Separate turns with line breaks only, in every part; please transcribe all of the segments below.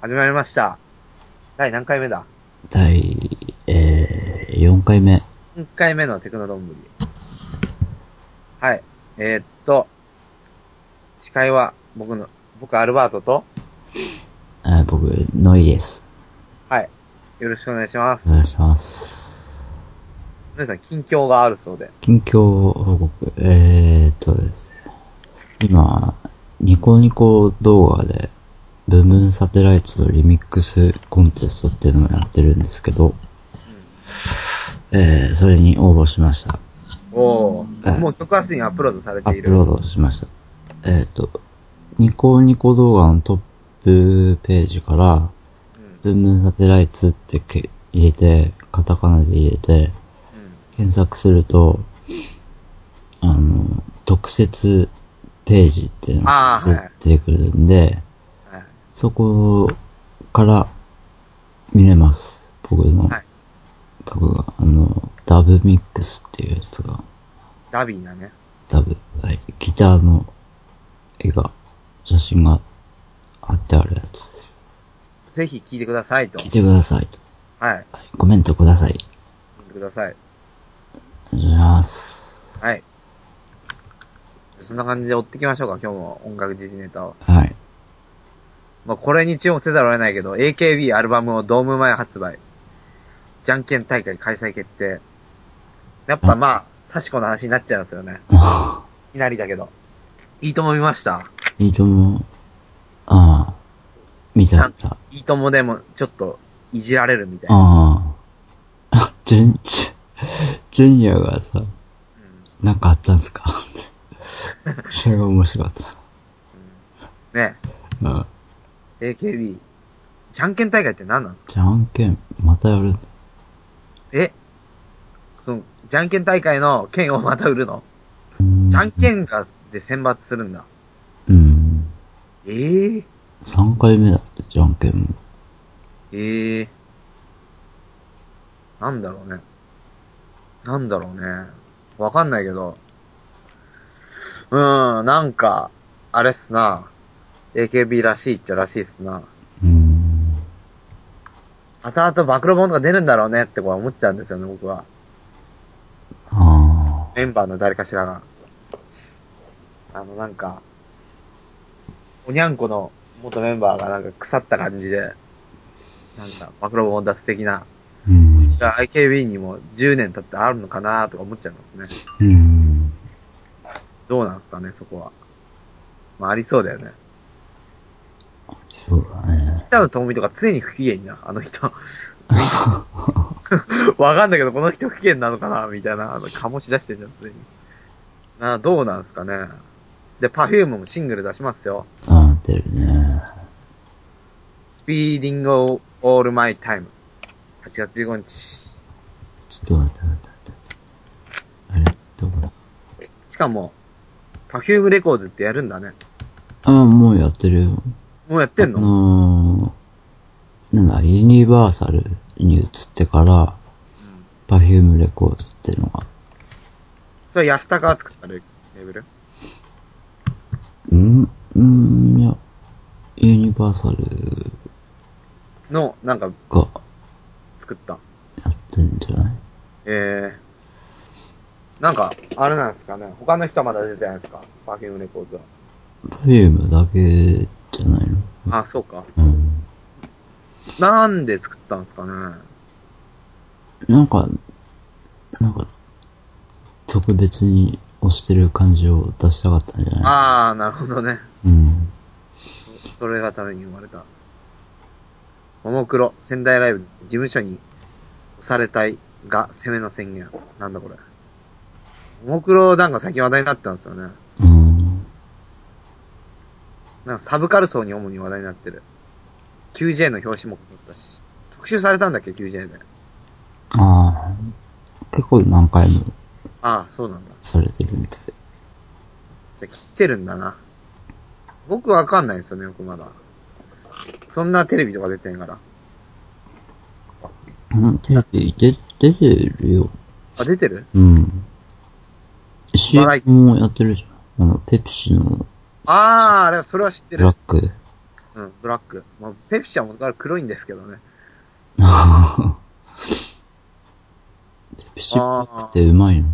始まりました。第何回目だ
第、えー、4回目。
?1 回目のテクノどんぶり。はい。えーっと、司会は僕の、僕アルバートと、
あ僕、ノイです。
はい。よろしくお願いします。
お願いします。
皆さん、近況があるそうで。
近況報告。えーっとですね。今、ニコニコ動画で、ブンブンサテライトのリミックスコンテストっていうのをやってるんですけど、えー、それに応募しました。
おお、
はい
もう曲はすでにアップロードされ
ア
てい
ップロ
る。
ードしました。えーっと、ニコニコ動画のトップページから、
うん
ブンブンサテライトってけ入れて、カタカナで入れて、検索すると、あの、特設ページっていうの
あ
が
ーはい
出てくるんで、
うん。はい。
そこから見れます。僕の
はい
曲が、あの、ダブミックスっていうやつが、
ダビーだね。
ダブ、はい、ギターの絵が、写真があってあるやつです。
ぜひ聴いてくださいと
聞。いてくださいと。
はい。
はい、コメントください。
聴いてください。
お願いします。
はい。そんな感じで追っていきましょうか、今日も音楽時事ネタを。
はい。
まあ、これに注目せざるを得ないけど、AKB アルバムをドーム前発売。じゃんけん大会開催決定。やっぱまあ、サシコの話になっちゃいますよね。いきなりだけど。いいとも見ました。
いいとも、ああ、見た見た。
いいともでも、ちょっと、いじられるみたいな。
ああ。あ、 ジュン、ジュ、ジュニアがさ、なんかあったんすか って。それが面白かった。
ね。
うん。
AKB。じゃんけん大会って何なんですか
じゃんけん、またやるんだ。
えその、じゃんけん大会の剣をまた売るの
う
じゃんけ
ん
んが、で選抜するんだ。
うん。
ええ
3回目だって、じゃんけんも。
ええなんだろうね。なんだろうね。わかんないけど。うーん、なんか、あれっすな。AKB らしいっちゃらしいっすな。
うん。
後々暴露本とか出るんだろうねってこう思っちゃうんですよね、僕は。
あ
メンバーの誰かしらが。あの、なんか、おにゃんこの元メンバーがなんか腐った感じで、なんか暴露本を出す的な。
あ。うん。
が IKB にも10年経ってあるのかなとか思っちゃいますね。
うん。
どうなんですかね、そこは。まあ、ありそうだよね。
そうだね。
北野智美とか常に不機嫌な、あの人。 わかんないけど、この人不機嫌なのかなみたいな、あの、醸し出してんじゃん、常に。なあ、どうなんですかね。で、Perfume もシングル出しますよ。
ああ、出るね。
Speeding All All My Time。8月15日。
ちょっと待って待って待って。あれ、どこだ
しかも、Perfume Records ってやるんだね。
ああ、もうやってるよ。
もうやってん
あ
の
のー、なんだ、ユニバーサルに移ってから、パフュームレコードっていうのが、
それは安高が作ったレレベル
んんいや、ユニバーサル
の、なんか、
が
作った。
やってんじゃない
えー、なんか、あれなんですかね。他の人はまだ出てないですかパフュームレコードは。
パフュームだけじゃないの
あ、そうか。
うん。
なんで作ったんですかね。
なんか、なんか、特別に押してる感じを出したかったんじゃない
あー、なるほどね。
うん。
それがために生まれた。ももクロ、仙台ライブ、事務所に押されたいが攻めの宣言。なんだこれ。ももクロなんか最近話題になってたんですよね。
うん。
なんかサブカル層に主に話題になってる。QJ の表紙も撮ったし。特集されたんだっけ ?QJ で。
ああ、結構何回も
ああ、そうなんだ。
されてるみたい。
じゃあ切ってるんだな。僕わかんないですよね、よくまだ。そんなテレビとか出てんから。
うん、テレビ出、出てるよ。
あ、出てる
うん。
バラエ
CM もやってるじゃん。あの、ペプシの
あー、あれ、それは知って
ブラ
る
ッ。ク。
うん、ブラック。まあ、ペプシは元から黒いんですけどね。
ペプシックってうまいの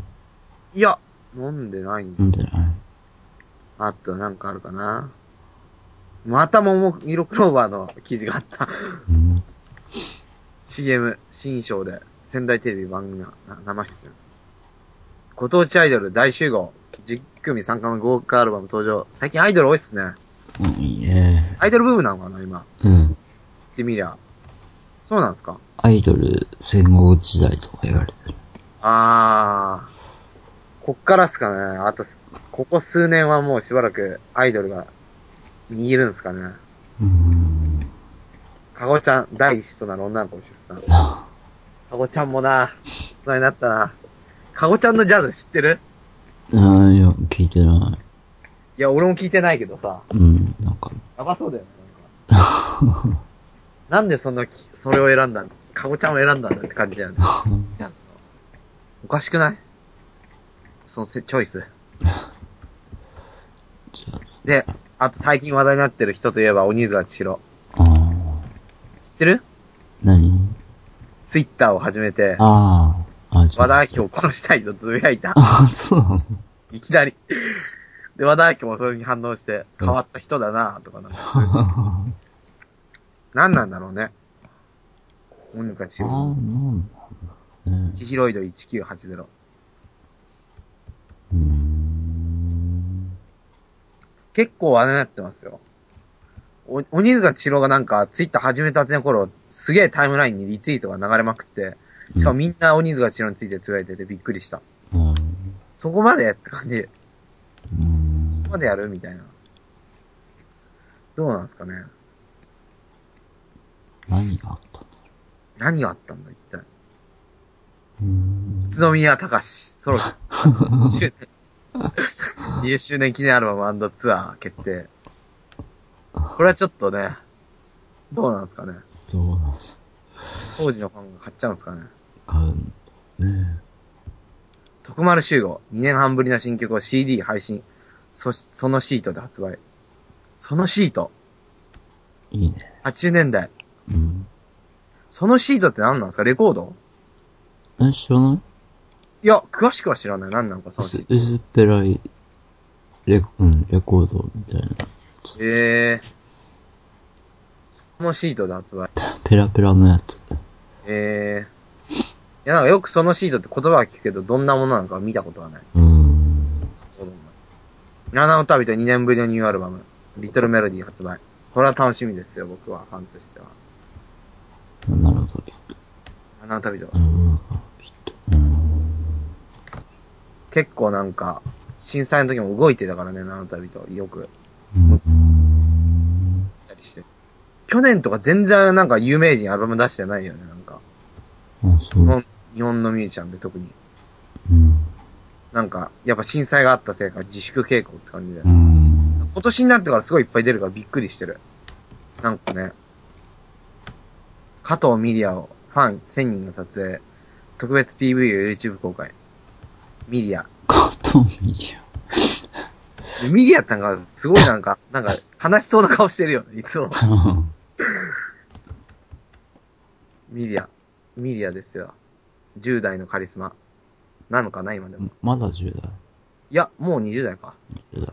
いや、飲んでないんです
なんでない
あとなんかあるかな。また桃色クローバーの記事があった。
うん。
CM、新衣装で、仙台テレビ番組がな生出演。ご当地アイドル大集合。10組参加の豪華アルバム登場。最近アイドル多いっすね。
うんいいね。
アイドルブームなのかな、今。
うん。
言ってみりゃ。そうなんですか
アイドル戦後時代とか言われてる。
あー。こっからっすかね。あと、ここ数年はもうしばらくアイドルが握るんですかね。
うん。
かごちゃん、第一となる女の子を出産。
な
かごちゃんもな、大人になったな。かごちゃんのジャズ知ってる
あ、いや、聞いてない
いや、俺も聞いてないけどさ。。
うん、なんか、
やばそうだよね。なんかなんでそんなき、それを選んだんかごちゃんを選んだんだって感じだよね。ジャズのおかしくないそのせチョイス。
じゃあ、
で、あと最近話題になってる人といえば、鬼塚千尋。
ああ、
知ってる
何
ツイッターを始めて、
ああ、あ、じゃ
和
あ。
田明子を殺したいとつぶやいた。
ああ、そうなの
いきなり。で、和田明子もそれに反応して、変わった人だなとかなんか。
あ
何なんだろうね。鬼塚千
あ、
尋。
なんだね。
千尋井戸1980。
うーん。
結構話題になってますよ。お、鬼塚千尋がなんか、ツイッター始めたての頃、すげえタイムラインにリツイートが流れまくって、しかもみんな鬼塚千尋についてつぶやいててびっくりした。
うん。
そこまでって感じ。
うん。
そこまでやるみたいな。どうなんですかね。
何があったんだろ
何があったんだ、一体。
う。うーん。
宇都宮隆史、ソロ、10周 年。20周年記念アルバムツアー決定。これはちょっとね、どうなんですかね。
そうなんだ。
当時のファンが買っちゃうんですかね。
買うんだね。
徳丸集合、2年半ぶりの新曲を CD 配信、そし、そのシートで発売。そのシート、
いいね。
80年代。
うん。
そのシートって何なんですかレコード
え、知らない
いや、詳しくは知らない。何なんかそのシー
薄
ト。
薄っぺらいレコ、うん、レコードみたいな。
えー。そのシートで発売。
ペラペラのやつ。
えー。いや、なんかよくそのシートって言葉は聞くけど、どんなものなのか見たことはない。
うーん。
七尾旅と2年ぶりのニューアルバム、リトルメロディー発売。これは楽しみですよ、僕は、ファンとしては。
なるほど。
七尾旅と
あ。の、なんか、ピッと。うーん。
結構なんか、震災の時も動いてたからね、七尾旅と。よく、
うーん。
たりして。去年とか全然なんか有名人アルバム出してないよね、なんか。
あ、そ
日
う。
本日本のミュージシャンで特に。
うん。
なんか、やっぱ震災があったせいか自粛傾向って感じで
うー。ん。
今年になってからすごいいっぱい出るからびっくりしてる。なんかね、加藤ミリアをファン1000人が撮影、特別 PV を YouTube 公開。ミリア。
カトミリ
でミリアってなんかすごいなんか、なんか悲しそうな顔してるよね、いつも。
ア。うん
ミリア。ミリアですよ。10代のカリスマ。なのかな、今でも。
まだ10代。
いや、もう20代か。
10代。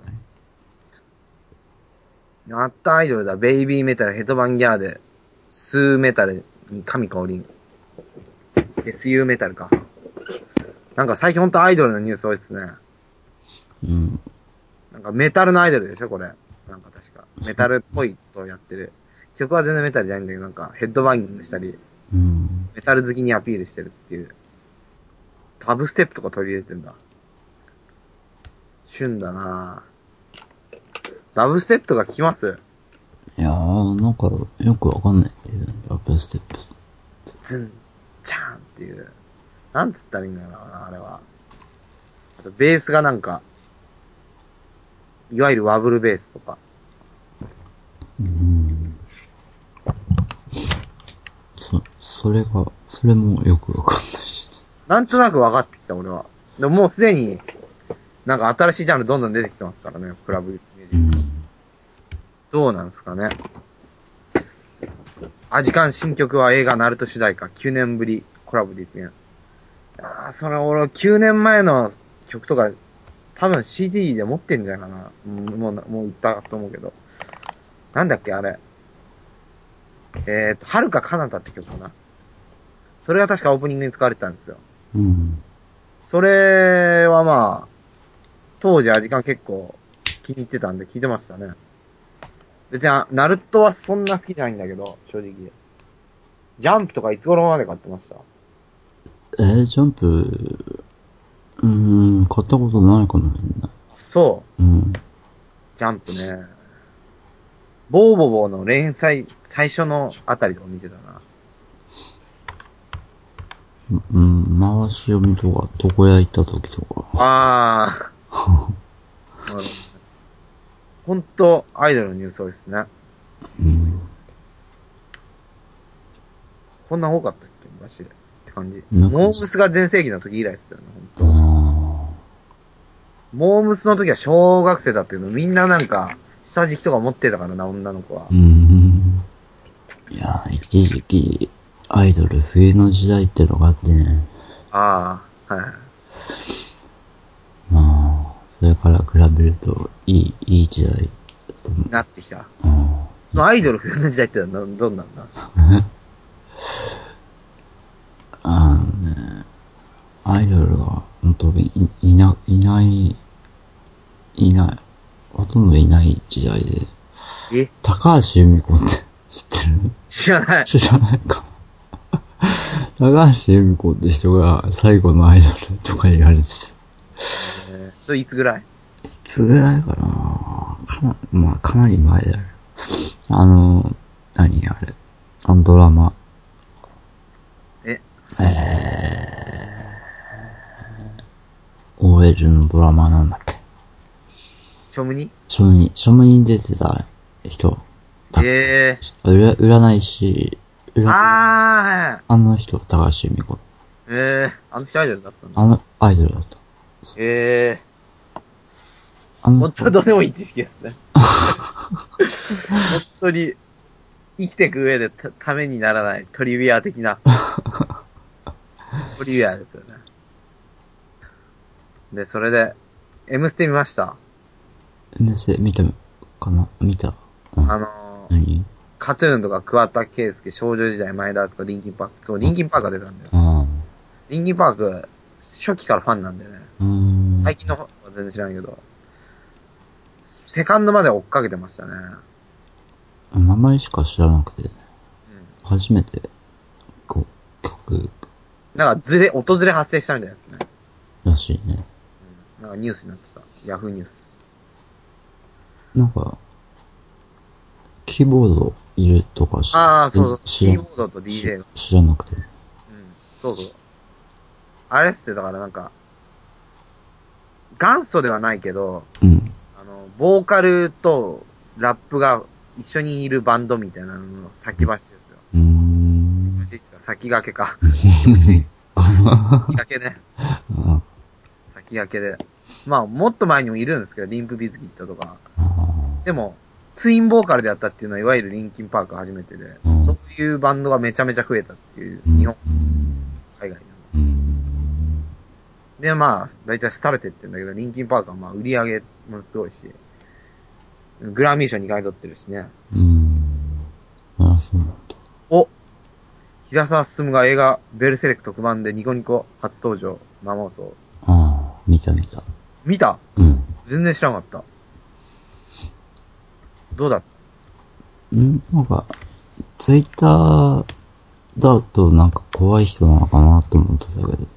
やったアイドルだ。ベイビーメタル、ヘドバンギャーで、スーメタルに神香りん。SU メタルか。なんか最近ほんとアイドルのニュース多いっすね。
うん。
なんかメタルのアイドルでしょ、これ。なんか確か。メタルっぽいことをやってる。曲は全然メタルじゃないんだけど、なんかヘッドバンギングしたり、
うん。
メタル好きにアピールしてるっていう。タブステップとか取り入れてんだ。旬だなぁ。ダブステップとか聞きます
いやー、なんか、よくわかんないけど、ダブルステップ。
ズン、チャーンっていう。なんつったらいいんだろうな、あれは。あと、ベースがなんか、いわゆるワブルベースとか。
うん。そ、それが、それもよくわかんないし。
なんとなく分かってきた、俺は。でももうすでに、なんか新しいジャンルどんどん出てきてますからね、クラブミュージック
うん。
どうなんですかね。アジカン新曲は映画ナルト主題歌、9年ぶりコラボで実現。ああ、それ俺9年前の曲とか、多分 CD で持ってんじゃないかな。うんもう、もう売ったと思うけど。なんだっけ、あれ。えっ、ー、と、遥か彼方って曲かな。それが確かオープニングに使われてたんですよ。
うん。
それはまあ、当時は時間結構気に入ってたんで聞いてましたね。別にあ、ナルトはそんな好きじゃないんだけど、正直。ジャンプとかいつ頃まで買ってました
えー、ジャンプ、うーん、買ったことないかもしれない。
そ
うん。
う、ジャンプね。ボーボボーの連載、最初のあたりとか見てたな。
うん、回し読みとか、床屋行った時とか。
あー。なるほどね ほんと、アイドルのニュース多いですね。
うん。
こんな多かったっけマジで。って感じ。
なんか
モームスが全盛期の時以来ですよね、ほんと
あ
モームスの時は小学生だったけど、みんななんか、下敷きとか持ってたからな、女の子は
ーう。ん。いやー、一時期、アイドル冬の時代ってのがあってね。
ああ、はい。
まあ、それから比べると、いい、いい時代だと思う。
なってきた。
あ
そのアイドル不要の時代ってのはなどんなんだ
ーあのね、アイドルが本当にいいな、いない、いない、ほとんどいない時代で、
え
高橋由美子って知ってる
知らない。
知らないか。高橋由美子って人が最後のアイドルとか言われてて。
えーそれいつぐらい
いつぐらいかなかな、まあかなり前だよ。あの、何あれ。あのドラマ。
え
えー、OL のドラマなんだっけ。
ショムニ
庶務に、庶務に出てた人。
ええ
うら占い師、占
ー。
い
ああ
あの人、高橋由美子。
ええー。あの人アイドルだったんだ。
あの、アイドルだった。
ええ
あ
ー。
の
本当
人
は、どうでもいい知識ですね。本当に、生きていく上でたためにならないトリビア的な。トリビアですよね。で、それで、M ステ見ました。
目線見たかな見た。うん
あのー、
何
カトゥーンとか桑田佳祐、少女時代、前田敦子、リンキンパーク。そう、リンキンパークが出たんだよ。
あ
リンキンパーク、初期からファンなんだよね。
あ。うーん。
最近の方は全然知らんけど。セカンドまで追っかけてましたね。
名前しか知らなくて、初めて、こう、曲
なんかずれ、音ずれ発生したみたいですね。
らしいね。
なんかニュースになってた。ヤフーニュース。
なんか、キーボードいるとかし
ああ、そうそう。
知
キ
ら
ー
な
ボードと DJ が。
知らなくて。
うん。そうそう。あれっすよ、だからなんか、元祖ではないけど、
うん。
あの、ボーカルとラップが一緒にいるバンドみたいなのの先走ですよ。
うーん。
先走っていうか先 駆けか。先駆けね。
あ
先駆けで。まあ、もっと前にもいるんですけど、リンプビズキットとか。
あ
でも、ツインボーカルでやったっていうのは、いわゆるリンキンパークが初めてで、
うん
そういうバンドがめちゃめちゃ増えたっていう、
ー。
日本、
うん。
海外の。
うん。
で、まあ、だいたい廃れてってんだけど、リンキンパークはまあ、売り上げもすごいし、グラミー賞2回取ってるしね。
うん。ああ、そうなんだ。
お平沢進が映画、ベルセレク特番でニコニコ初登場、生放送。
ああ、見た見た。
見た
うん。
全然知らなかった。どうだった
んなんか、ツイッターだとなんか怖い人なのかなと思ってたけど、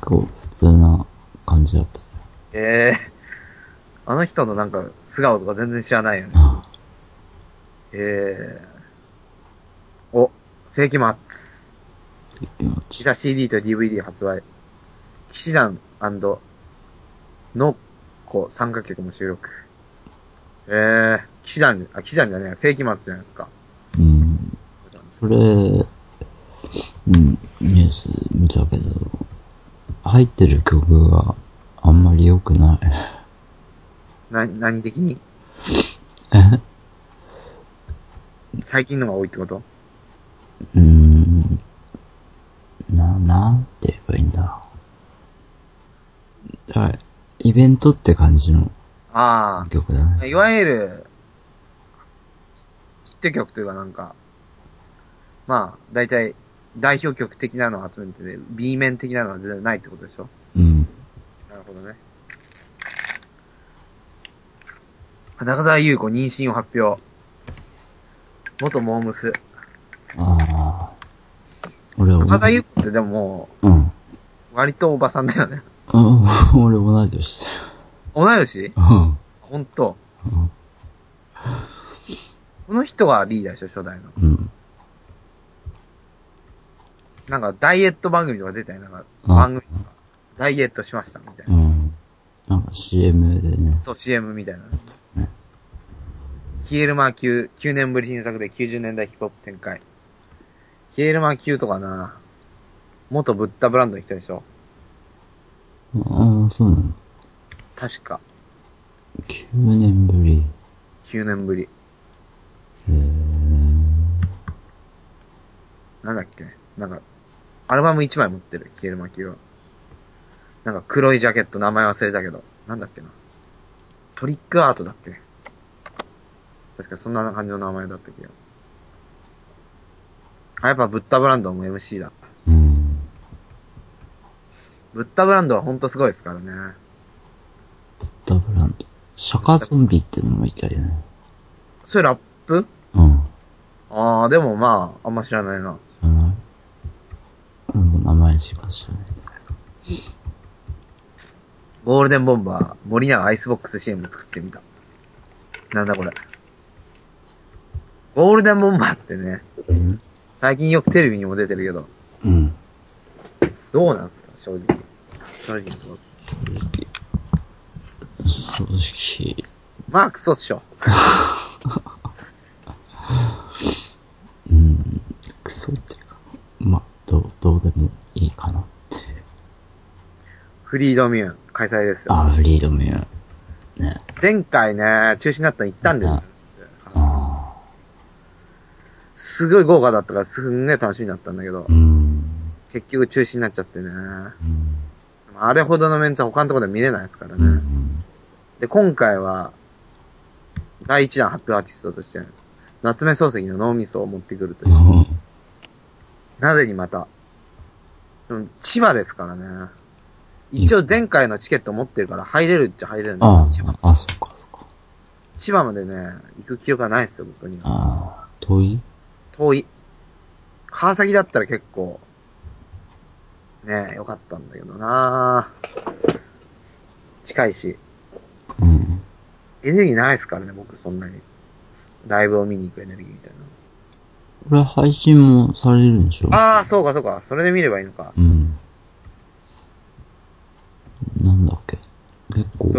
こう、普通な感じだった。
ええあの人のなんか、素顔とか全然知らないよね。
あ
ええお、世紀末。
あ今ち
ピ
ょ
ザ CD と DVD 発売。騎士団の子参加曲も収録。えー、騎士団、あ、騎士団じゃねえ、世紀末じゃないですか。
うん、それ、うん、ニュース見たけど、入ってる曲があんまり良くない。
な、何的に
え
最近のが多いってこと
うーん、な、なんて言えばいいんだ。だからイベントって感じの
あ
曲だ
あ、
ね。
いわゆる、ヒット曲というかなんか、まあ、大体、代表曲的なのを集めてて、B 面的なのは全然ないってことでしょ
うん。
なるほどね。中澤優子妊娠を発表。元モームス。
ああ。俺は
中
同
澤
じ
優子ってでもも
うん。
う、割とおばさんだよね。
あ 俺同い年だよ。
同い年
うん。
ほんと。
うん
この人がリーダーでしょ、初代の。
うん。
なんか、ダイエット番組とか出たよ。なんか、
あ
番組とか。ダイエットしました、みたいうな。
ん。なんか CM でね、
そう、CM みたいな。
やつね。
キエルマー級、9年ぶり新作で90年代ヒップホップ展開。キエルマー級とかな、元ブッダブランドの人でしょ
ああ、そうなの。
確か。
9年ぶり。
9年ぶり。
へえ。
なんだっけなんか、アルバム1枚持ってる、キエルマキは。なんか黒いジャケット、名前忘れたけど。なんだっけな。トリックアートだっけ確かそんな感じの名前だったけど。あ、やっぱブッダブランドも MC だ。
うん。
ブッダブランドはほんとすごいですからね。
ダブランド。シャカゾンビってのもいたよね。
それラップ
うん。
あー、でもまあ、あんま知らないな。
知らない俺も名前しか知らないんだけど。
ゴールデンボンバー、森永アイスボックス CM 作ってみた。なんだこれ。ゴールデンボンバーってね、
うん。
最近よくテレビにも出てるけど、
うん。
どうなんすか、正直。正直なところ。
正直、
まあ、クソっしょ。
うん。クソっていうか、まあ、どう、どうでもいいかなっていう。
フリードミューン、開催ですよ。
あ、フリードミュー。ね。
前回ね、中止になったの行ったんですよ。
ああ。
すごい豪華だったから、すんげえ楽しみだったんだけど
う、ん。
結局中止になっちゃってね。
うん。
あれほどのメンツは他のところで見れないですから
う
ね。
ん。
で、今回は、第一弾発表アーティストとして、夏目漱石の脳みそを持ってくると
う
いう。
ん。
なぜにまた。でも千葉ですからね。一応前回のチケット持ってるから入れるっちゃ入れるんだけど
あ
千葉。
あ、あ、そっか、そっか。
千葉までね、行く記憶がないですよ、僕には。
ああ、遠い
遠い。川崎だったら結構、ねえ、よかったんだけどな近いし。
うん。
エネルギーないですからね、僕そんなに。ライブを見に行くエネルギーみたいな。
これ配信もされるんでしょ
ああ、そうかそうか。それで見ればいいのか。
うん。なんだっけ。結構、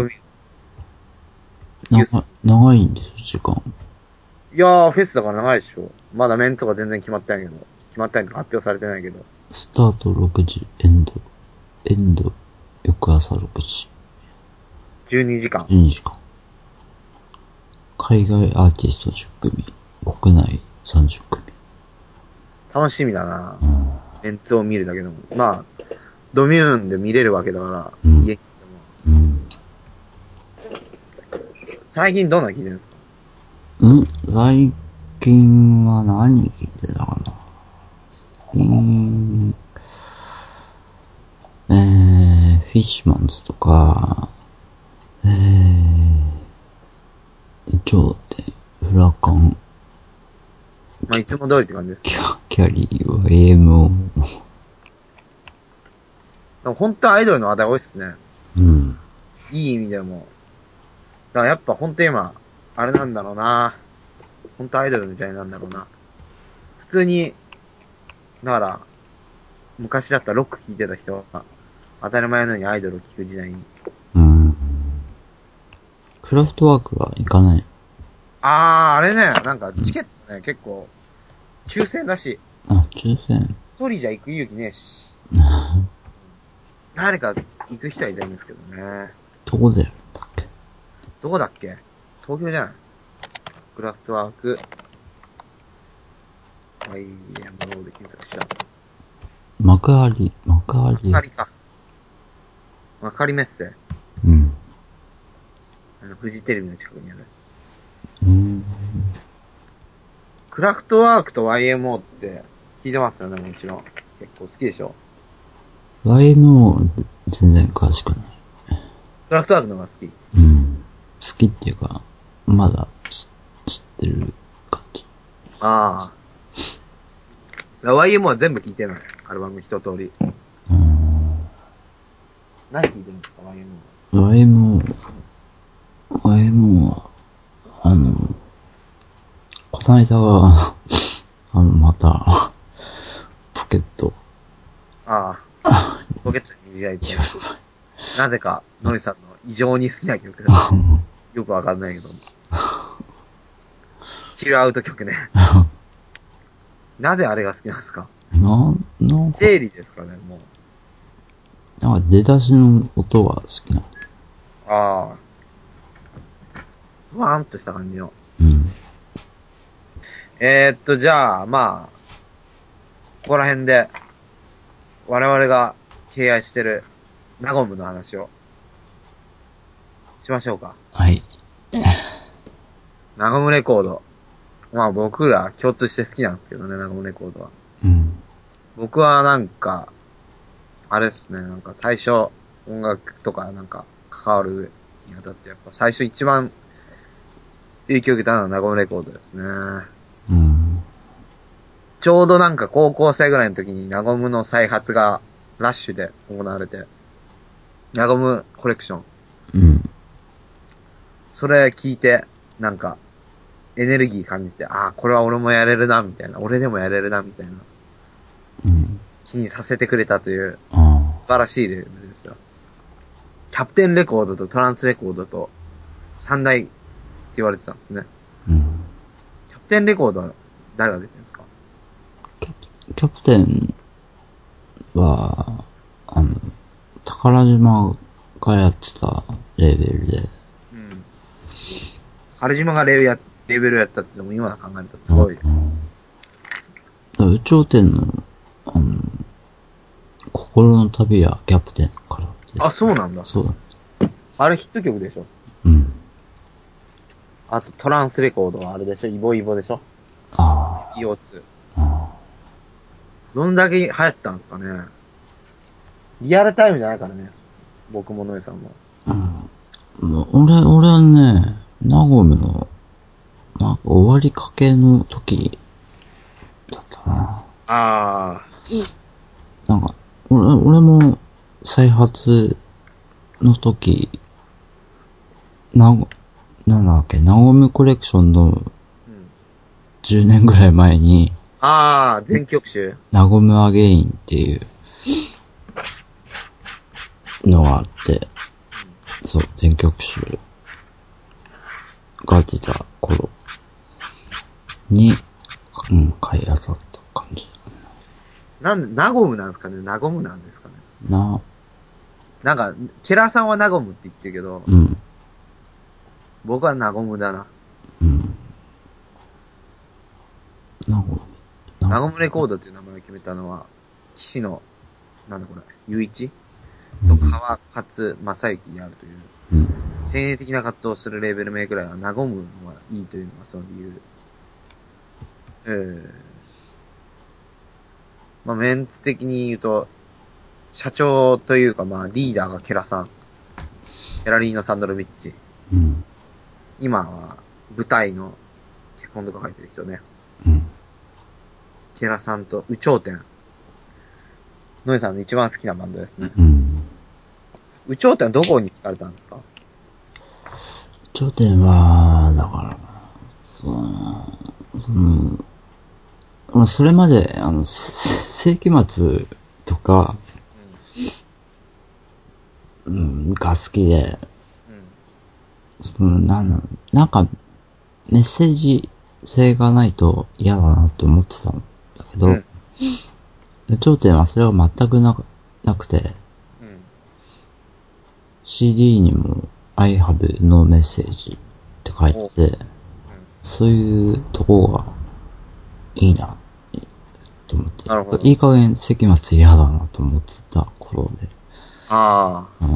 長い、長いんですよ、時間。
いやー、フェスだから長いでしょ。まだメンツが全然決まってないけど。決まってないとか発表されてないけど。
スタート6時、エンド、エンド、翌朝6時、
12時間。
12時間。海外アーティスト10組、国内30組。
楽しみだなメンツを見るだけでも。まあ、ドミューンで見れるわけだか
う
ら、
ん
家にいて
うん。
も。最近どんなの聞いてるんですか
うん最近は何聞いてたかな最近、えー、フィッシュマンズとか、えー、超で、フラカン、
まあ、いつも通りって感じです。で
キャキャリーは AMO。
も本当アイドルの話題多いっすね。
うん。
いい意味でも。だからやっぱ本当今、あれなんだろうな本当アイドルの時代なんだろうな。普通に、だから、昔だったらロック聴いてた人が、当たり前のようにアイドルを聴く時代に。
うん。クラフトワークは行かない。
あー、あれね、なんかチケットね、結構、抽選らしい。
あ、抽選。
一人じゃ行く勇気ねえし。誰か行く人はいたんですけどね。
どこでやるんだっけ
どこだっけ東京じゃないクラフトワーク。はい、もうで検索しちゃう。
幕張、幕張。
わかりか。わかりメッセ。
うん。
あの、フジテレビの近くにある。
うん。
クラフトワークと YMO って聞いてますよね、もちろん。結構好きでしょ。
YMO、全然詳しくない。
クラフトワークの方が好き。
うん。好きっていうか、まだ知知ってる感じ。
ああ。YMO は全部聞いてない。アルバム一通り。
うん。
何聞いてるんですか、YMO は。
YMO、YMO は、あの、こないだは、 あの、また、ポケット、
ああ。ポケットに虹がいて。なぜか、ノリさんの異常に好きな曲。よくわかんないけど。チルアウト曲ね。なぜあれが好きなんですか
なん、なんか、
整理ですかね、もう。
なんか出だしの音が好きな。
ああ。ふわーんとした感じの。
うん。
えー、っと、じゃあ、まあ、ここら辺で、我々が敬愛してる、ナゴムの話を、しましょうか。
はい。
ナゴムレコード。まあ僕ら共通して好きなんですけどね、ナゴムレコードは。
うん。
僕はなんか、あれですね、なんか最初、音楽とかなんか関わるにあたって、やっぱ最初一番影響を受けたのはナゴムレコードですね。
うん。
ちょうどなんか高校生ぐらいの時にナゴムの再発がラッシュで行われて、ナゴムコレクション。
うん。
それ聞いて、なんか、エネルギー感じて、ああ、これは俺もやれるな、みたいな。俺でもやれるな、みたいな
うん。
気にさせてくれたという
あ
素晴らしいレベルですよ。キャプテンレコードとトランスレコードと三大って言われてたんですね。
あ。うん。
キャプテンレコードは誰が出てるんですか
キャプテンは、あの、宝島がやってたレベルで、
うん。春島がレベルや、レベルやったってのも今考えるとすごい。
うん。宇頂天の、あの、心の旅はキャプテンからって。
あ、そうなんだ。
そうだ。
あれヒット曲でしょ
うん。
あとトランスレコードはあれでしょイボイボでしょ
あ
?EO2。
あ、あ
どんだけ流行ったんですかねリアルタイムじゃないからね。僕もノエさんも。
あ。うん。もう俺、俺はね、ナゴムの、なんか終わりかけの時、だったな。
あ
なんか、俺、俺も、再発の時、なご、なんだっけ、ナゴムコレクションの
ー。うん。
10年ぐらい前に、
あー、全曲集。
ナゴムアゲインっていうのがあって、そう、全曲集が出た頃に、うん、買い漁った感じ。
なんで、ナゴムなんですかねナゴムなんですかね
な、
なんか、ケラさんはナゴムって言ってるけど、
うん、
僕はナゴムだな。
うん。ナゴム、
ナ
ナ
ゴムレコードっていう名前を決めたのは、騎士の、なんだこれ、雄一
ゴ
と
ム、
川勝正幸であるという、
うん、
先鋭的な活動をするレーベル名くらいはナゴムのがいいというのがその理由。えー、まあメンツ的に言うと、社長というかまあリーダーがケラさん。ケラリーノ・サンドロビッチ。
うん、
今は舞台の脚本とか書いてる人ね。
うん。
ケラさんと宇頂天。ノイさんの一番好きなバンドですね。
うん。
宇頂天はどこに聞かれたんですか
頂点は、だからな、そうだな、その、まあ、それまで、あの、せせ世紀末とか、うん、が好きで、
うん。
その、なんなん、なんか、メッセージ性がないと嫌だなと思ってたんだけど、
うん
頂点はそれは全くなくなくて、
うん。
CD にも I have no message って書いてて、そういうとこがいいな、て
なるほど、
いい加減関松嫌だなと思ってた頃で、
ああ、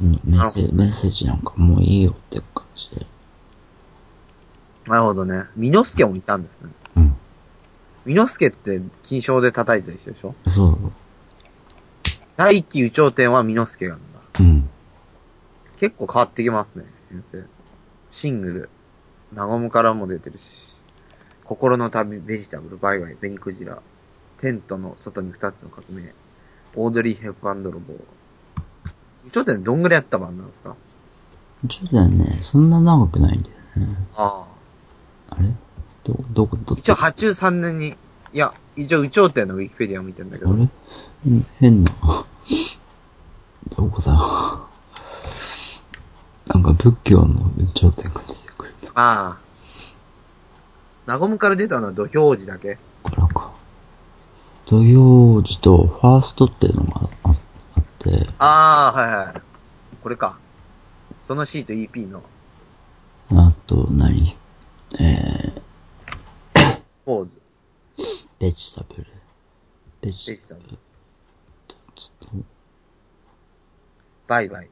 うんメッセージ、メッセージなんかもういいよって感じで、
なるほどね。ミノスケもいたんですね。
うん、
ミノスケって金賞で叩いてた人でしょ
そう、
第一期宇頂天はミノスケなんだ。
うん、
結構変わってきますね、編成。シングル。ナゴムからも出てるし。心の旅、ベジタブル、バイバイ、ベニクジラ。テントの外に二つの革命。オードリー・ヘップアンドロボー。宇頂天どんぐらいやった番なんですか
ちょっとね、そんな長くないんだよね。
ああ。
あれど、どこ、どっ
一応83年に、いや、一応宇頂天のウィキペディアを見てんだけ
あ
ど、
れうん変な。どこだなんか仏教の頂点が出てくると
ああ。ナゴムから出たのは土俵寺だけ。
こからか。土曜時とファーストっていうのがああって、
ああ、はいはい。これか。そのシート EP の
あと何、えー、
ポーズ。
ベジタブル。ベジ
で
タ
したね。
ブル。
バイバイ。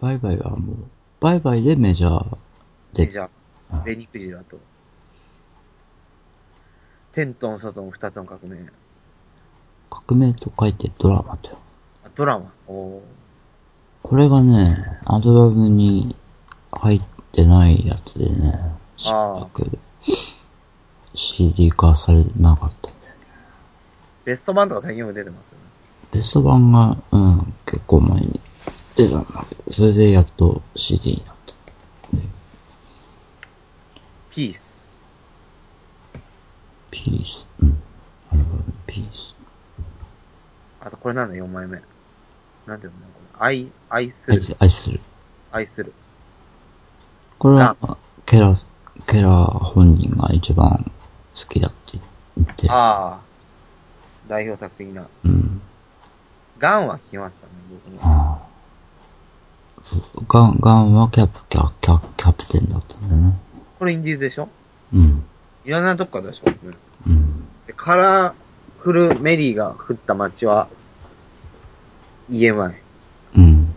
バイバイはもう、バイバイでメジャー
メ
で、
ジャー。ベニクジラと。テントの外の二つの革命。
革命と書いてドラマと。
あドラマ。おー
これがね、アルバムに入ってないやつでね、失格で。CD 化されなかったね。
ベスト版とか最近も出てますよね。
ベスト版が、うん、結構前に出たんだけど、それでやっと CD になった。
ピース。
ピース。うん。アルバムピース。
あとこれなんだ、4枚目。なんていうのこれ。愛、愛す
愛
る。
す愛する。
愛する。
これは、ケラ、ケラ本人が一番好きだって言って、
ああ。代表作的な。
うん。
ガンは聞きましたね、僕も。
ああそうそうガン、ガンはキャプ、キャ、キャ、キャプテンだったんだよね。
これインディーズでしょ
うん。
いろんなとこから出してますね。
うん。
で、カラフルメリーが降った街は、EMI。
うん。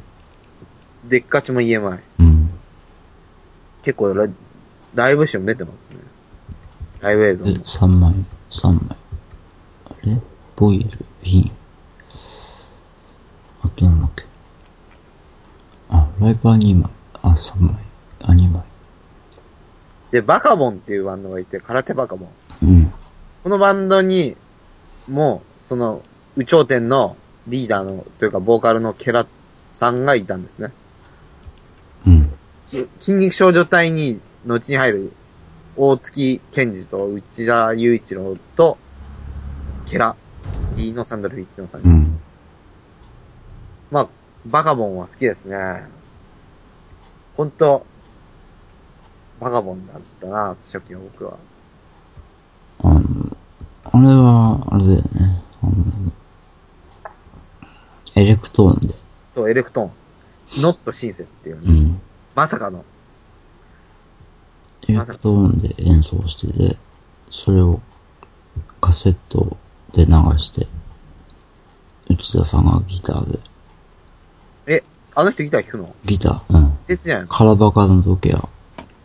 でっかちも EMI。
うん。
結構ラ、ライブ集も出てますね。ライブ映像
え、
も。
3枚、3枚。あれボイル、ヒン。あとなんだっけ。あ、ライバー2枚。あ、3枚。あ、2枚。
で、バカボンっていうバンドがいて、空手バカボン。
うん。
このバンドに、もう、その、宇頂天のリーダーの、というか、ボーカルのケラさんがいたんですね。
うん。
き筋肉少女隊に、後に入る、大月健二と内田雄一郎と、ケラ、リーノ・サンドルフィッチのさん。
うん。
まあ、バカボンは好きですね。ほんと、バカボンだったな、初期の僕は。
あの、あれは、あれだよね。あの、エレクトーンで。
そう、エレクトーン。ノットシンセっていうね、
うん。
まさかの。
エレクトーンで演奏してて、それをカセットで流して、内田さんがギターで、
え、あの人ギター弾くの
ギター、うん。
ですじゃないの
カラバカの時は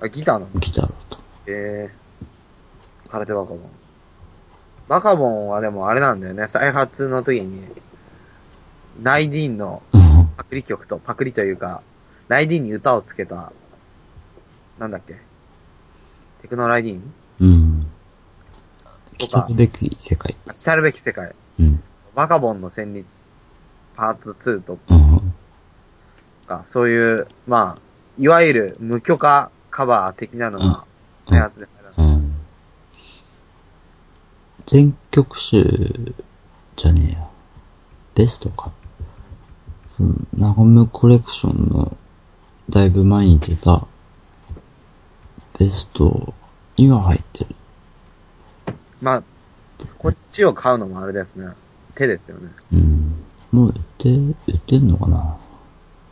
あ、ギターなの
ギターだった。
えー、空手バカボン。バカボンはでもあれなんだよね、再発の時に、ライディーンの
うん。
パクリ曲と、パクリというか、ライディーンに歌をつけた、なんだっけテクノライディーン
うん。
と
来
か
たるべき世界。
来たるべき世界。
うん。
バカボンの旋律、パート2と
うん。
か、そういう、まあ、いわゆる無許可カバー的なのが、
うん
再発で入らな
う
い。
ん。全曲集じゃねえや。ベストか。その、ナゴムコレクションの、だいぶ前に出た、ベスト、今入ってる。
まあ、こっちを買うのもあれですね。手ですよね。
うん。もう売って、売ってんのかな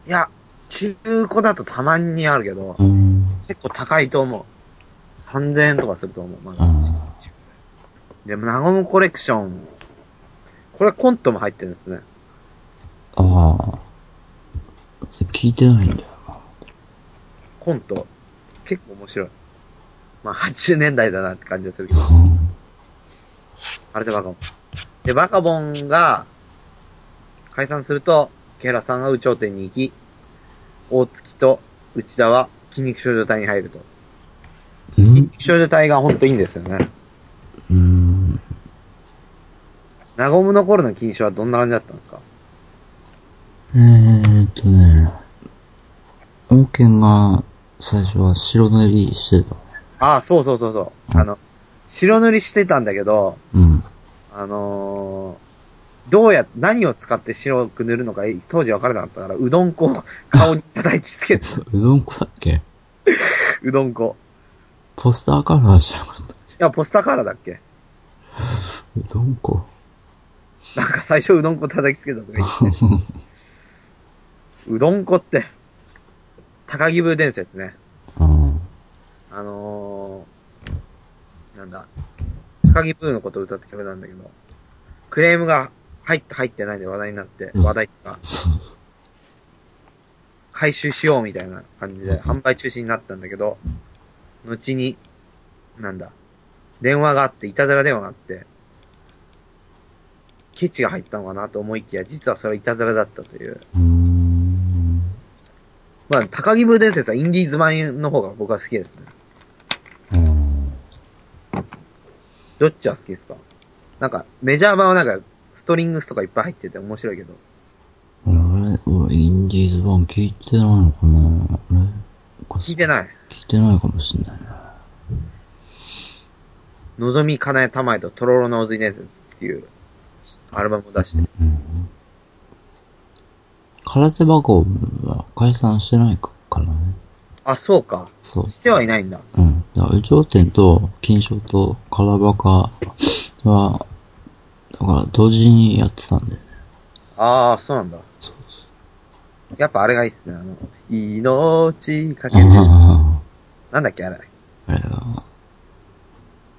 い
や、中古だとたまにあるけど
う、ん。
結構高いと思う。3000円とかすると思う。ま
あ
あ、
あ。
でも、ナゴムコレクション。これはコントも入ってるんですね。
ああ。それ聞いてないんだよな。
コント。結構面白い。まあ、80年代だなって感じがするけど。
うん。
あれでバカボン。で、バカボンが、解散すると、ケラさんが宇頂天に行き、大月と内田は筋肉少女隊に入ると。筋
ん
肉少女隊がほんといいんですよね。
うん。
ナゴムの頃の禁止はどんな感じだったんですか
えーっとね。王権が最初は白塗りしてたね。
ああ、そうそうそうそう。あの、白塗りしてたんだけど、
うん。
あのーどうや、何を使って白く塗るのか、当時分からなかったから、うどん粉 を顔に叩きつけて、
うどんこだっけ
うどん粉。
ポスターカラーじゃなかった。
いや、ポスターカラーだっけ
うどん こ。
なんか最初うどんこ叩きつけたとか 言って。うどんこって、高木部伝説ね。
うん。
あのー、なんだ、高木部のことを歌った曲なんだけど、クレームが入った入ってないで話題になって、
うん
話題が回収しようみたいな感じで販売中止になったんだけど、後に、なんだ、電話があって、いたずら電話があって、ケチが入ったのかなと思いきや、実はそれはいたずらだったという。
うーん。
まあ、高木部伝説はインディーズ版の方が僕は好きですね。
うん。
どっちは好きですかなんか、メジャー版はなんか、ストリングスとかいっぱい入ってて面白いけど。
俺、俺、インディーズ版聞いてないのかな
聞いて
い。
ない。
聞いてないかもしんないな。
のぞみかなえたまえととろろのおずい伝説っていうアルバムを出して。
うん。空手箱は解散してないからね。
あ、そうか。
そう。
してはいないんだ。
うん。だから、有頂天と金賞とカラバカは、だから同時にやってたんで、ね。
ああ、そうなんだ。
そうそ
やっぱあれがいいっすね。あの、命かけ
う。
て。
あ
なんだっけあれ。
あ、あれは、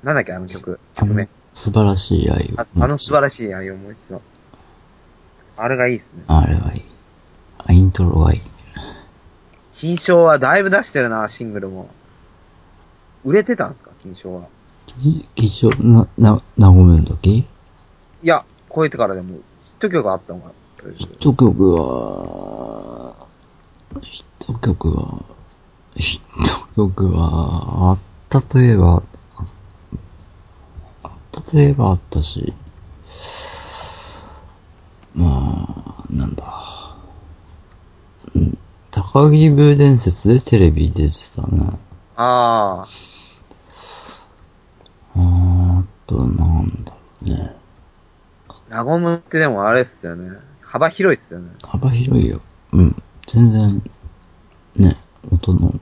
なんだっけあの曲。
あ
曲
の
名。、
素晴らしい愛
あ
を。
あの素晴らしい愛をもう一度。あれがいいっすね。
あれはいい。あ、イントロがいい。
金賞はだいぶ出してるな、シングルも。売れてたんですか金賞は。
議長、な、な、なごめの時
いや、超えてからでも、ヒット曲があったのかなという
ヒット曲は、ヒット曲は、ヒット曲は、あったといえば、あったといえばあったし、まあ、なんだ。うん高木ブー伝説でテレビ出てたな。
ああ、
あと、なんだろうね。
ラゴムってでもあれっすよね。幅広いっすよね。
幅広いよ。うん。全然、ね、音の、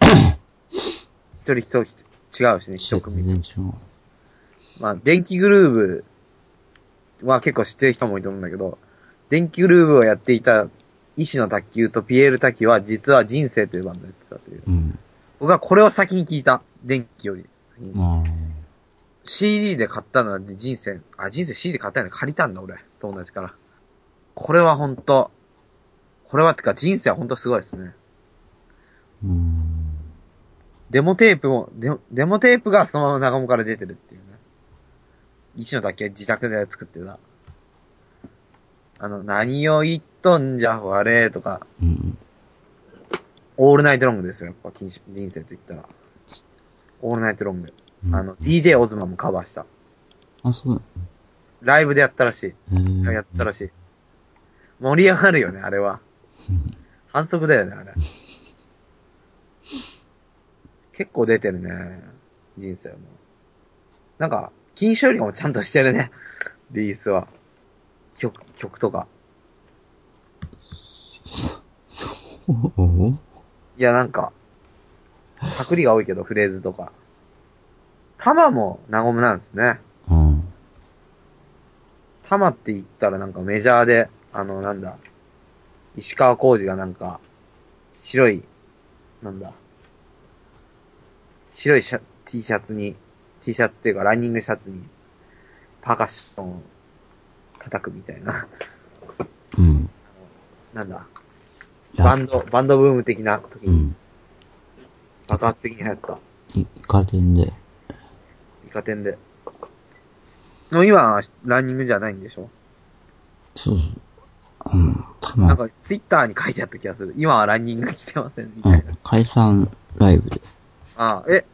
一人一人違うしね、一
全
組。
然違う。
まあ、電気グルーブは結構知ってる人も多いと思うんだけど、電気グルーブをやっていた医師の卓球とピエール卓球は実は人生というバンドをやってたという。
うん。
僕はこれを先に聞いた。電気より先に。
まあ、
CD で買ったのは人生、あ、人生 CD で買ったんだ、借りたんだ俺、友達から。これはほんと、これはってか人生はほんとすごいですね。
うん。
デモテープも、デモデモテープがそのまま長尾から出てるっていうね。一野だけ自宅で作ってた。あの、何を言っとんじゃ、我とか、
うん。
オールナイトロングですよ、やっぱ、禁止人生と言ったら。オールナイトロング。あの、DJ オズマもカバーした。
あ、そう
ライブでやったらしい。
だ。えー、
やったらしい。盛り上がるよね、あれは。
うん
反則だよね、あれ。結構出てるね、人生も。なんか、金賞よりかもちゃんとしてるね、リリースは。曲、曲とか。
そう
いや、なんか、パクリが多いけど、フレーズとか。タマも、ナゴムなんですね。
うん。
タマって言ったらなんかメジャーで、あの、なんだ、石川浩二がなんか、白い、なんだ、白いシャ T シャツに、 T シャツっていうかランニングシャツにパーカッションを叩くみたいな。
うん。
なんだ。
いや
バンド、バンドブーム的な時
う
に
ん。
爆発的に流行った。
いイカ天で。
イカ天で。もう今はランニングじゃないんでしょ
そうそう。うん。たま
なんかツイッターに書いてあった気がする。今はランニングしてません、み
う
たいな。
ん。解散ライブで。
ああ、え、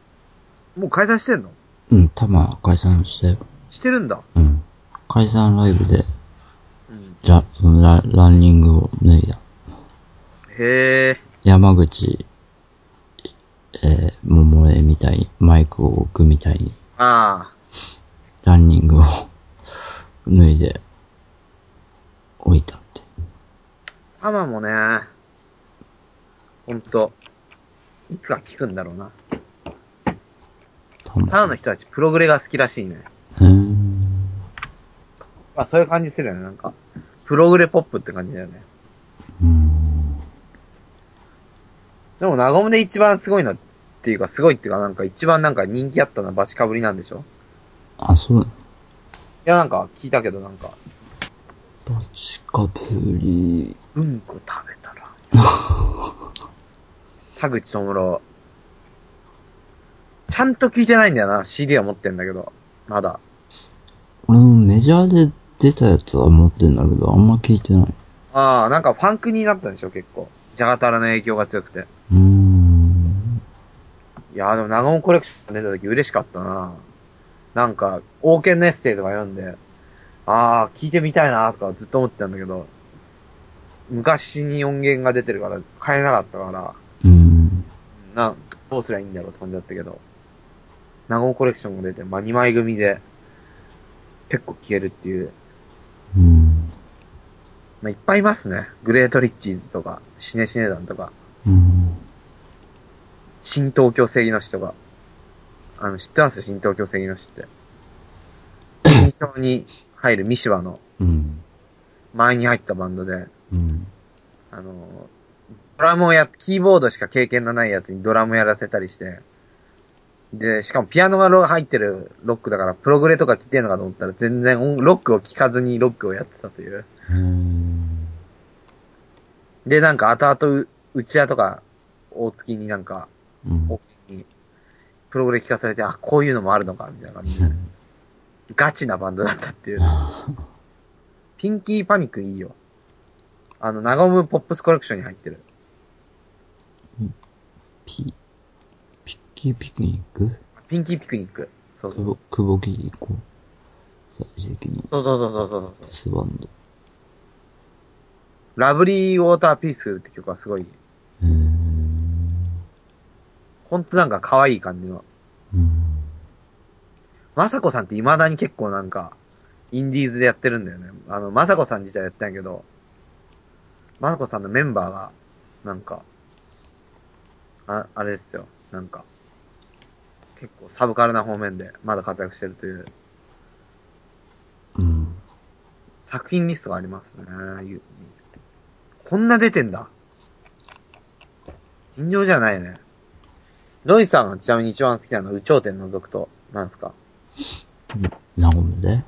もう解散してんの
うん。たま解散したよ。
してるんだ。
うん。解散ライブで、
うん。
じゃ、そのラランニングを脱いだ。
へえ。
山口、えー、桃江みたいに、マイクを置くみたいに、
ああ。
ランニングを 脱いで、置いたって。
パマもね、ほんと、いつか聞くんだろうな。
た
パ
ま。
マの人たちプログレが好きらしいね。
うーん。
あ、そういう感じするよね、なんか。プログレポップって感じだよね。
うーん。
でも、ナゴムで一番すごいのっていうか、すごいっていうか、なんか一番なんか人気あったのはバチかぶりなんでしょ
あ、そう。
いや、なんか聞いたけど、なんか、
バチカプリ。
うんこ食べたら。田口智郎。ちゃんと聞いてないんだよな。CD は持ってんだけど。まだ。
俺もメジャーで出たやつは持ってんだけど、あんま聞いてない。
ああ、なんかファンクになったんでしょ、結構。ジャガタラの影響が強くて。
うーん。
いやーでも長尾コレクション出た時嬉しかったななんか、王権のエッセイとか読んで、あー、聞いてみたいなーとかずっと思ってたんだけど、昔に音源が出てるから買えなかったから、
うーん。
な、どうすりゃいいんだろうって感じだったけど、長尾コレクションが出て、まあ、2枚組で、結構消えるっていう。
うーん。
まあ、いっぱいいますね。グレートリッチーズとか、シネシネ団とか、
うーん。
新東京正義の死とか。あの、知ってます新東京正義の死って。新東に入るミシワの
うん。
前に入ったバンドで、
うん。
あの、ドラムをや、キーボードしか経験のないやつにドラムやらせたりして、で、しかもピアノがロ入ってるロックだから、プログレとか聴いてんのかと思ったら全然音ロックを聴かずにロックをやってたという。
うーん。
で、なんか後々う、内屋とか、大月になんか、
うん
大月に、プログレ聞かされて、あ、こういうのもあるのか、みたいな感じで。ガチなバンドだったっていう。ピンキーパニックいいよ。あの、ナゴムポップスコレクションに入ってる。
ピ、ピッキーピクニック
ピンキーピクニック。そうそ
く
う。
ぼ、くぼきりこう。最石の
そうそうそうそうそうそう。
スバンド。
ラブリーウォーターピースって曲はすごい、
うーん。
ほんとなんか可愛い感じの。
うん。
まさこさんって未だに結構なんか、インディーズでやってるんだよね。あの、まさこさん自体はやってないけど、まさこさんのメンバーが、なんか、あ、あれですよ。なんか、結構サブカルな方面でまだ活躍してるという
うん。
作品リストがありますね。ゆこんな出てんだ。尋常じゃないね。ロイさんはちなみに一番好きなのは、宇宙天覗くと、なんですか
なごめで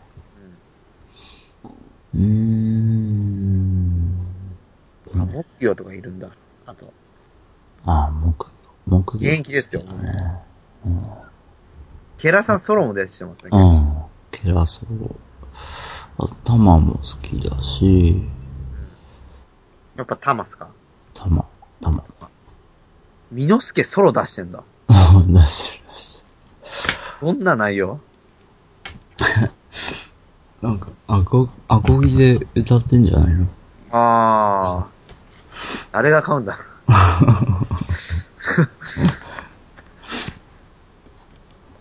うーん。
あ、木魚とかいるんだ。あと。
あ、木、木魚
元気ですよ
好きだね。
ケラさんソロも出してますね。
うん。ケラソロ。頭も好きだし、
やっぱタマスか。
玉、玉。
ミノスケソロ出してんだ。
出してる出してる。
どんな内容
なんか、アコ、アコギで歌ってんじゃないの
ああ。あれが 買うんだ。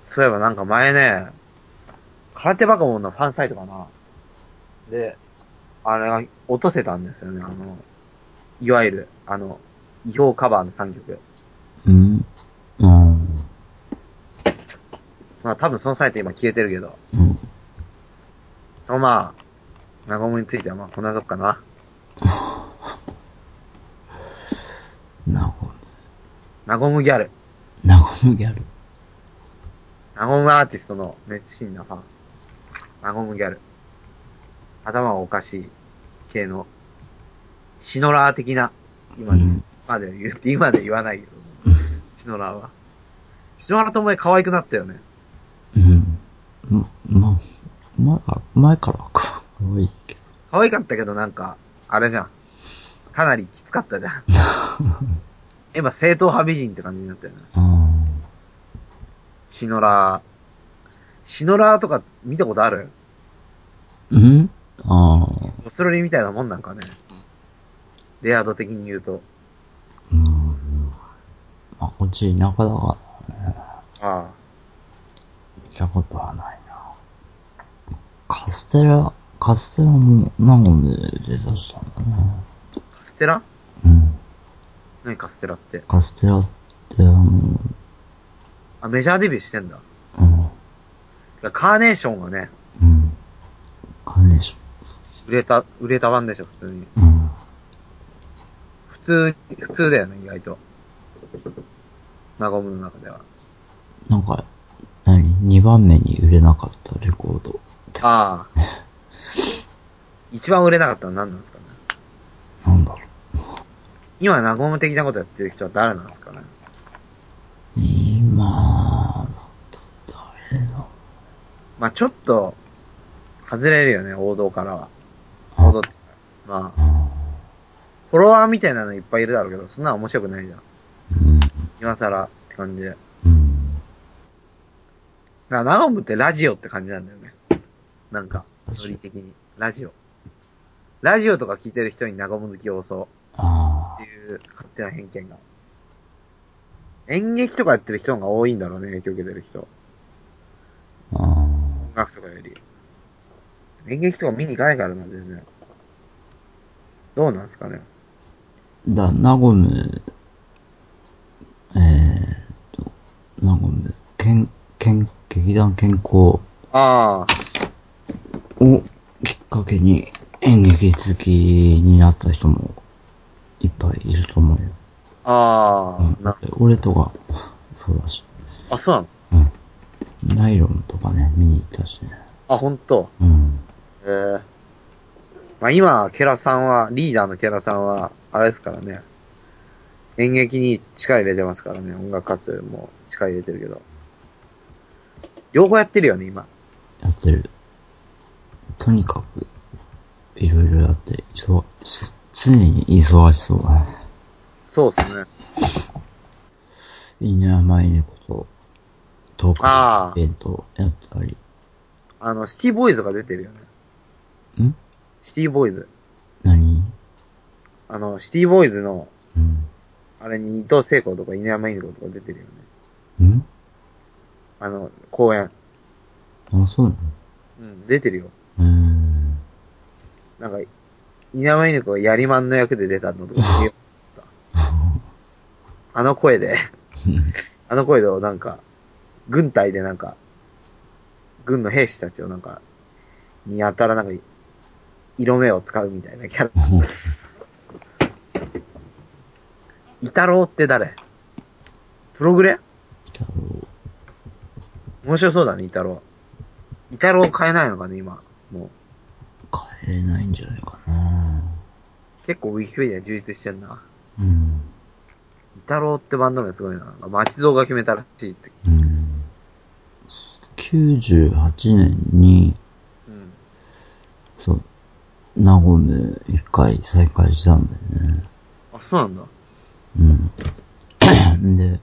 そういえばなんか前ね、空手バカモンのファンサイトかな。で、あれが落とせたんですよね。あの、いわゆる、あの、違法カバーの3曲。
うん。うん。
まあ多分そのサイト今消えてるけど。
うん。
まあ、ナゴムについてはまあこんなとこかな。
なご、
ナゴムギャル。
なごむギャル。
ナゴムアーティストの熱心なファン。ナゴムギャル。頭がおかしい系の、シノラー的な、今
う
で、
ん
まで言って、今で言わないけど、
うん
シノラーは。シノラーともえ可愛くなったよね。
うん。ま、まあ、前か、前からか。可愛いけ
可愛かったけどなんか、あれじゃん。かなりきつかったじゃ ん。今、正統派美人って感じになったよね。
ど。あ
シノラー。シノラーとか見たことある
あ。んああ。
ゴスロリみたいなもんなんかね。レア度的に言うと。
うん。まあ、こっち田舎だから、
あ
見たことはないな。カステラ、カステラも何個で出だしたんだね。
あ。カステラ
うん。
何カステラって。
カステラって、あの、
あ、メジャーデビューしてんだ。
うん。
カーネーションがね、
うん。カーネーシ
売れた、売れた版でしょ、普通に。
ョン。うん。
普通、普通だよね、意外と。ナゴムの中では。
なんか、何 ?2 番目に売れなかったレコード。
ああ。一番売れなかったのは何なんですかね。
なんだろ
今、ナゴム的なことやってる人は誰なんですかね。
う。今、誰だ
まあちょっと、外れるよね、王道からは。
あ
王道っていうか。まあ、フォロワーみたいなのいっぱいいるだろうけど、そんなの面白くないじゃん。
うん。
今更って感じで。だか
うん。
ら、ナゴムってラジオって感じなんだよね。なんか、
ラ
ノ
ジオ
リ的に。ラジオ。ラジオとか聞いてる人にナゴム好き多そう。
あ
っていう勝手な偏見が。演劇とかやってる人の方が多いんだろうね、影響受けてる人。
あ。あ
音楽とかより。演劇とか見に行かないからな、全然。どうなんですかね。
ーだ、ナゴム、えーっと、ナゴム、けん、けん、劇団健康を
ああ、
きっかけに演劇好きになった人もいっぱいいると思うよ。
あ
うん
あ、な、
俺とか、そうだし。
あ、そうなの
ナイロンとかね、見に行ったしね。
あ、ほんと。
うん。
ええまあ今、ケラさんは、リーダーのケラさんは、あれですからね。演劇に力入れてますからね。音楽活動も力入れてるけど。両方やってるよね、今。
やってる。とにかく、いろいろやって、忙し、常に忙しそうだね。
そうですね。
犬甘い猫と、トーク
ああ
イベントやったり。
あの、シティボーイズが出てるよね。
ん
シティボーイズ。
何
あの、シティボーイズの、
うん。
あれに伊藤聖子とか犬山犬子とか出てるよね。
ん
あの、公演。
あ、そうな
うん、出てるよ。
のうーん。
なんか、稲山犬子がやりまんの役で出たのとかすげえ あの声で、 あの声でなんか、軍隊でなんか、軍の兵士たちをなんか、にやたらなんか、色目を使うみたいなキ ャラ。イタロウって誰プログレ
北郎。
面白そうだね、イタロウ。イタロウ買えないのかね、今。も
変えないんじゃないかな
う、結構ウィキペディア充実してんな。
うん。
イタロウってバンド名すごいな。なんか町蔵が決めたらしいって。
うん。98年に、
うん。
そう、ナゴム一回再開したんだよね。
あ、そうなんだ。
うん。で、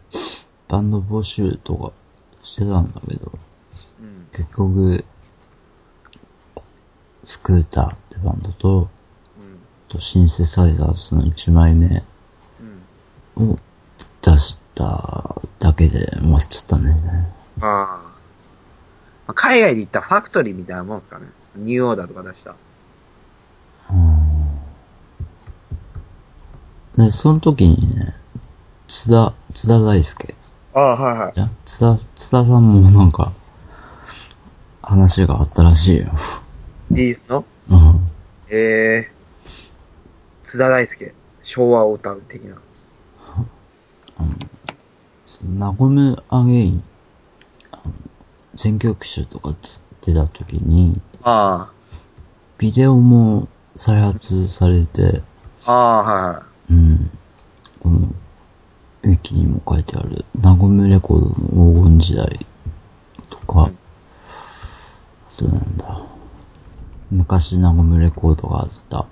バンド募集とかしてたんだけど、
うん。
結局、スクーターってバンドと、
うん。
あとシンセサイザーズの1枚目
うん。
を出しただけで終わっちゃったんだよね。
あーまあ。海外で行ったファクトリーみたいなもんすかね。ニューオーダーとか出した。
うん。で、その時にね、津田、津田大介
ああ、はいはい。
じゃん津田、津田さんもなんか、話があったらしいよ。
リースの
うん。
ええー。津田大介。昭和を歌う的な。
そのナゴムアゲイン、あの選曲集とかつってた時に、
あ
ビデオも再発されて、
あ、ああ、は
うん。この、ウィキにも書いてある、ナゴムレコードの黄金時代とか、そうなんだ。昔ナゴムレコードがあった。
い。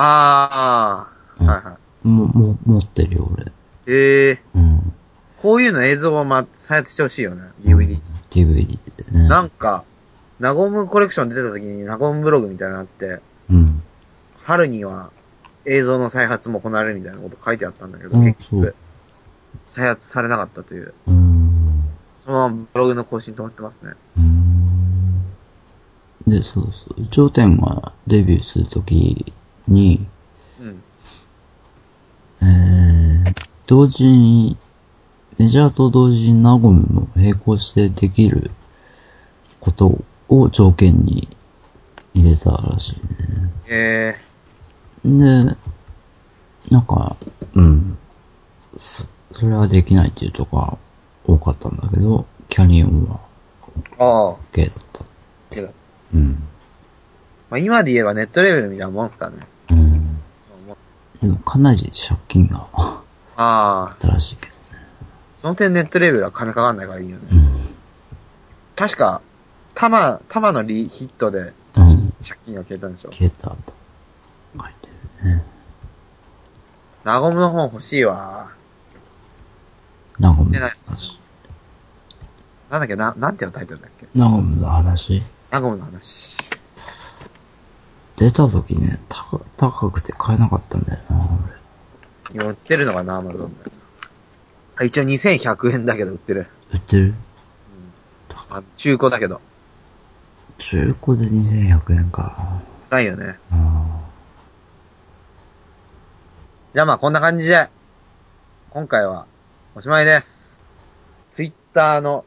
ああ、はいはい。
も、も、持ってるよ、俺。
ええ
うん。
こういうの映像はま、再発してほしいよね。DVD。
DVD でね。
なんか、ナゴムコレクション出た時にナゴムブログみたいなのあって、
うん。
春には映像の再発も行われるみたいなこと書いてあったんだけど、
うん
結
そ
局
う、
再発されなかったという。
うーん。
そのままブログの更新止まってますね。
うーんで、そうそう。頂点がデビューするときに、
うん。
えー、同時に、メジャーと同時にナゴムも並行してできることを条件に入れたらし
え
いね。で、なんか、うん。そ、それはできないっていうとこが多かったんだけど、キャニオンは
えああ、
OK だった。
違う。
うん。
まあ、今で言えばネットレベルみたいなもんすからね。
うん。でもかなり借金があっ
ああ、
たらしいけどね。
その点ネットレベルは金かかんないからいいよね。
うん
確か、タマ、タマのリヒットで。
うん。
借金が消えたんでしょ。
消えたと書いてるね。
ナゴムの本欲しいわ。
ナゴム
出
の
ないです
話。
なんだっけ、な、なんていうのタイトルだっけ
ナゴムの話
ナゴムの話。
出た時ね、高、高くて買えなかったんだよな、
今売ってるのかな、アマゾンで。あ一応2100円だけど売ってる。
俺。売ってる
あ中古だけど。
中古で2100円か。
高いよね。
うん
じゃあまあこんな感じで、今回はおしまいです。ツイッターの、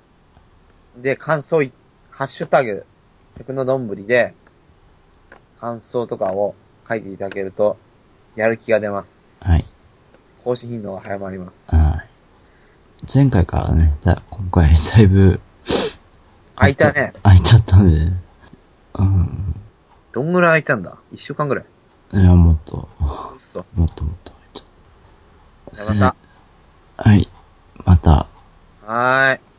で感想い、ハッシュタグ、テクノどんぶりで、感想とかを書いていただけると、やる気が出ます。
はい。
更新頻度が早まります。
はい。前回からね、だ今回だいぶ
空いたね。
空いちゃったんで、うん。
どんぐらい空いたんだ一週間ぐらい。
いや、もっと、
嘘。
もっともっと空いちゃっ
じゃあま
た。はい。また、
た。はーい。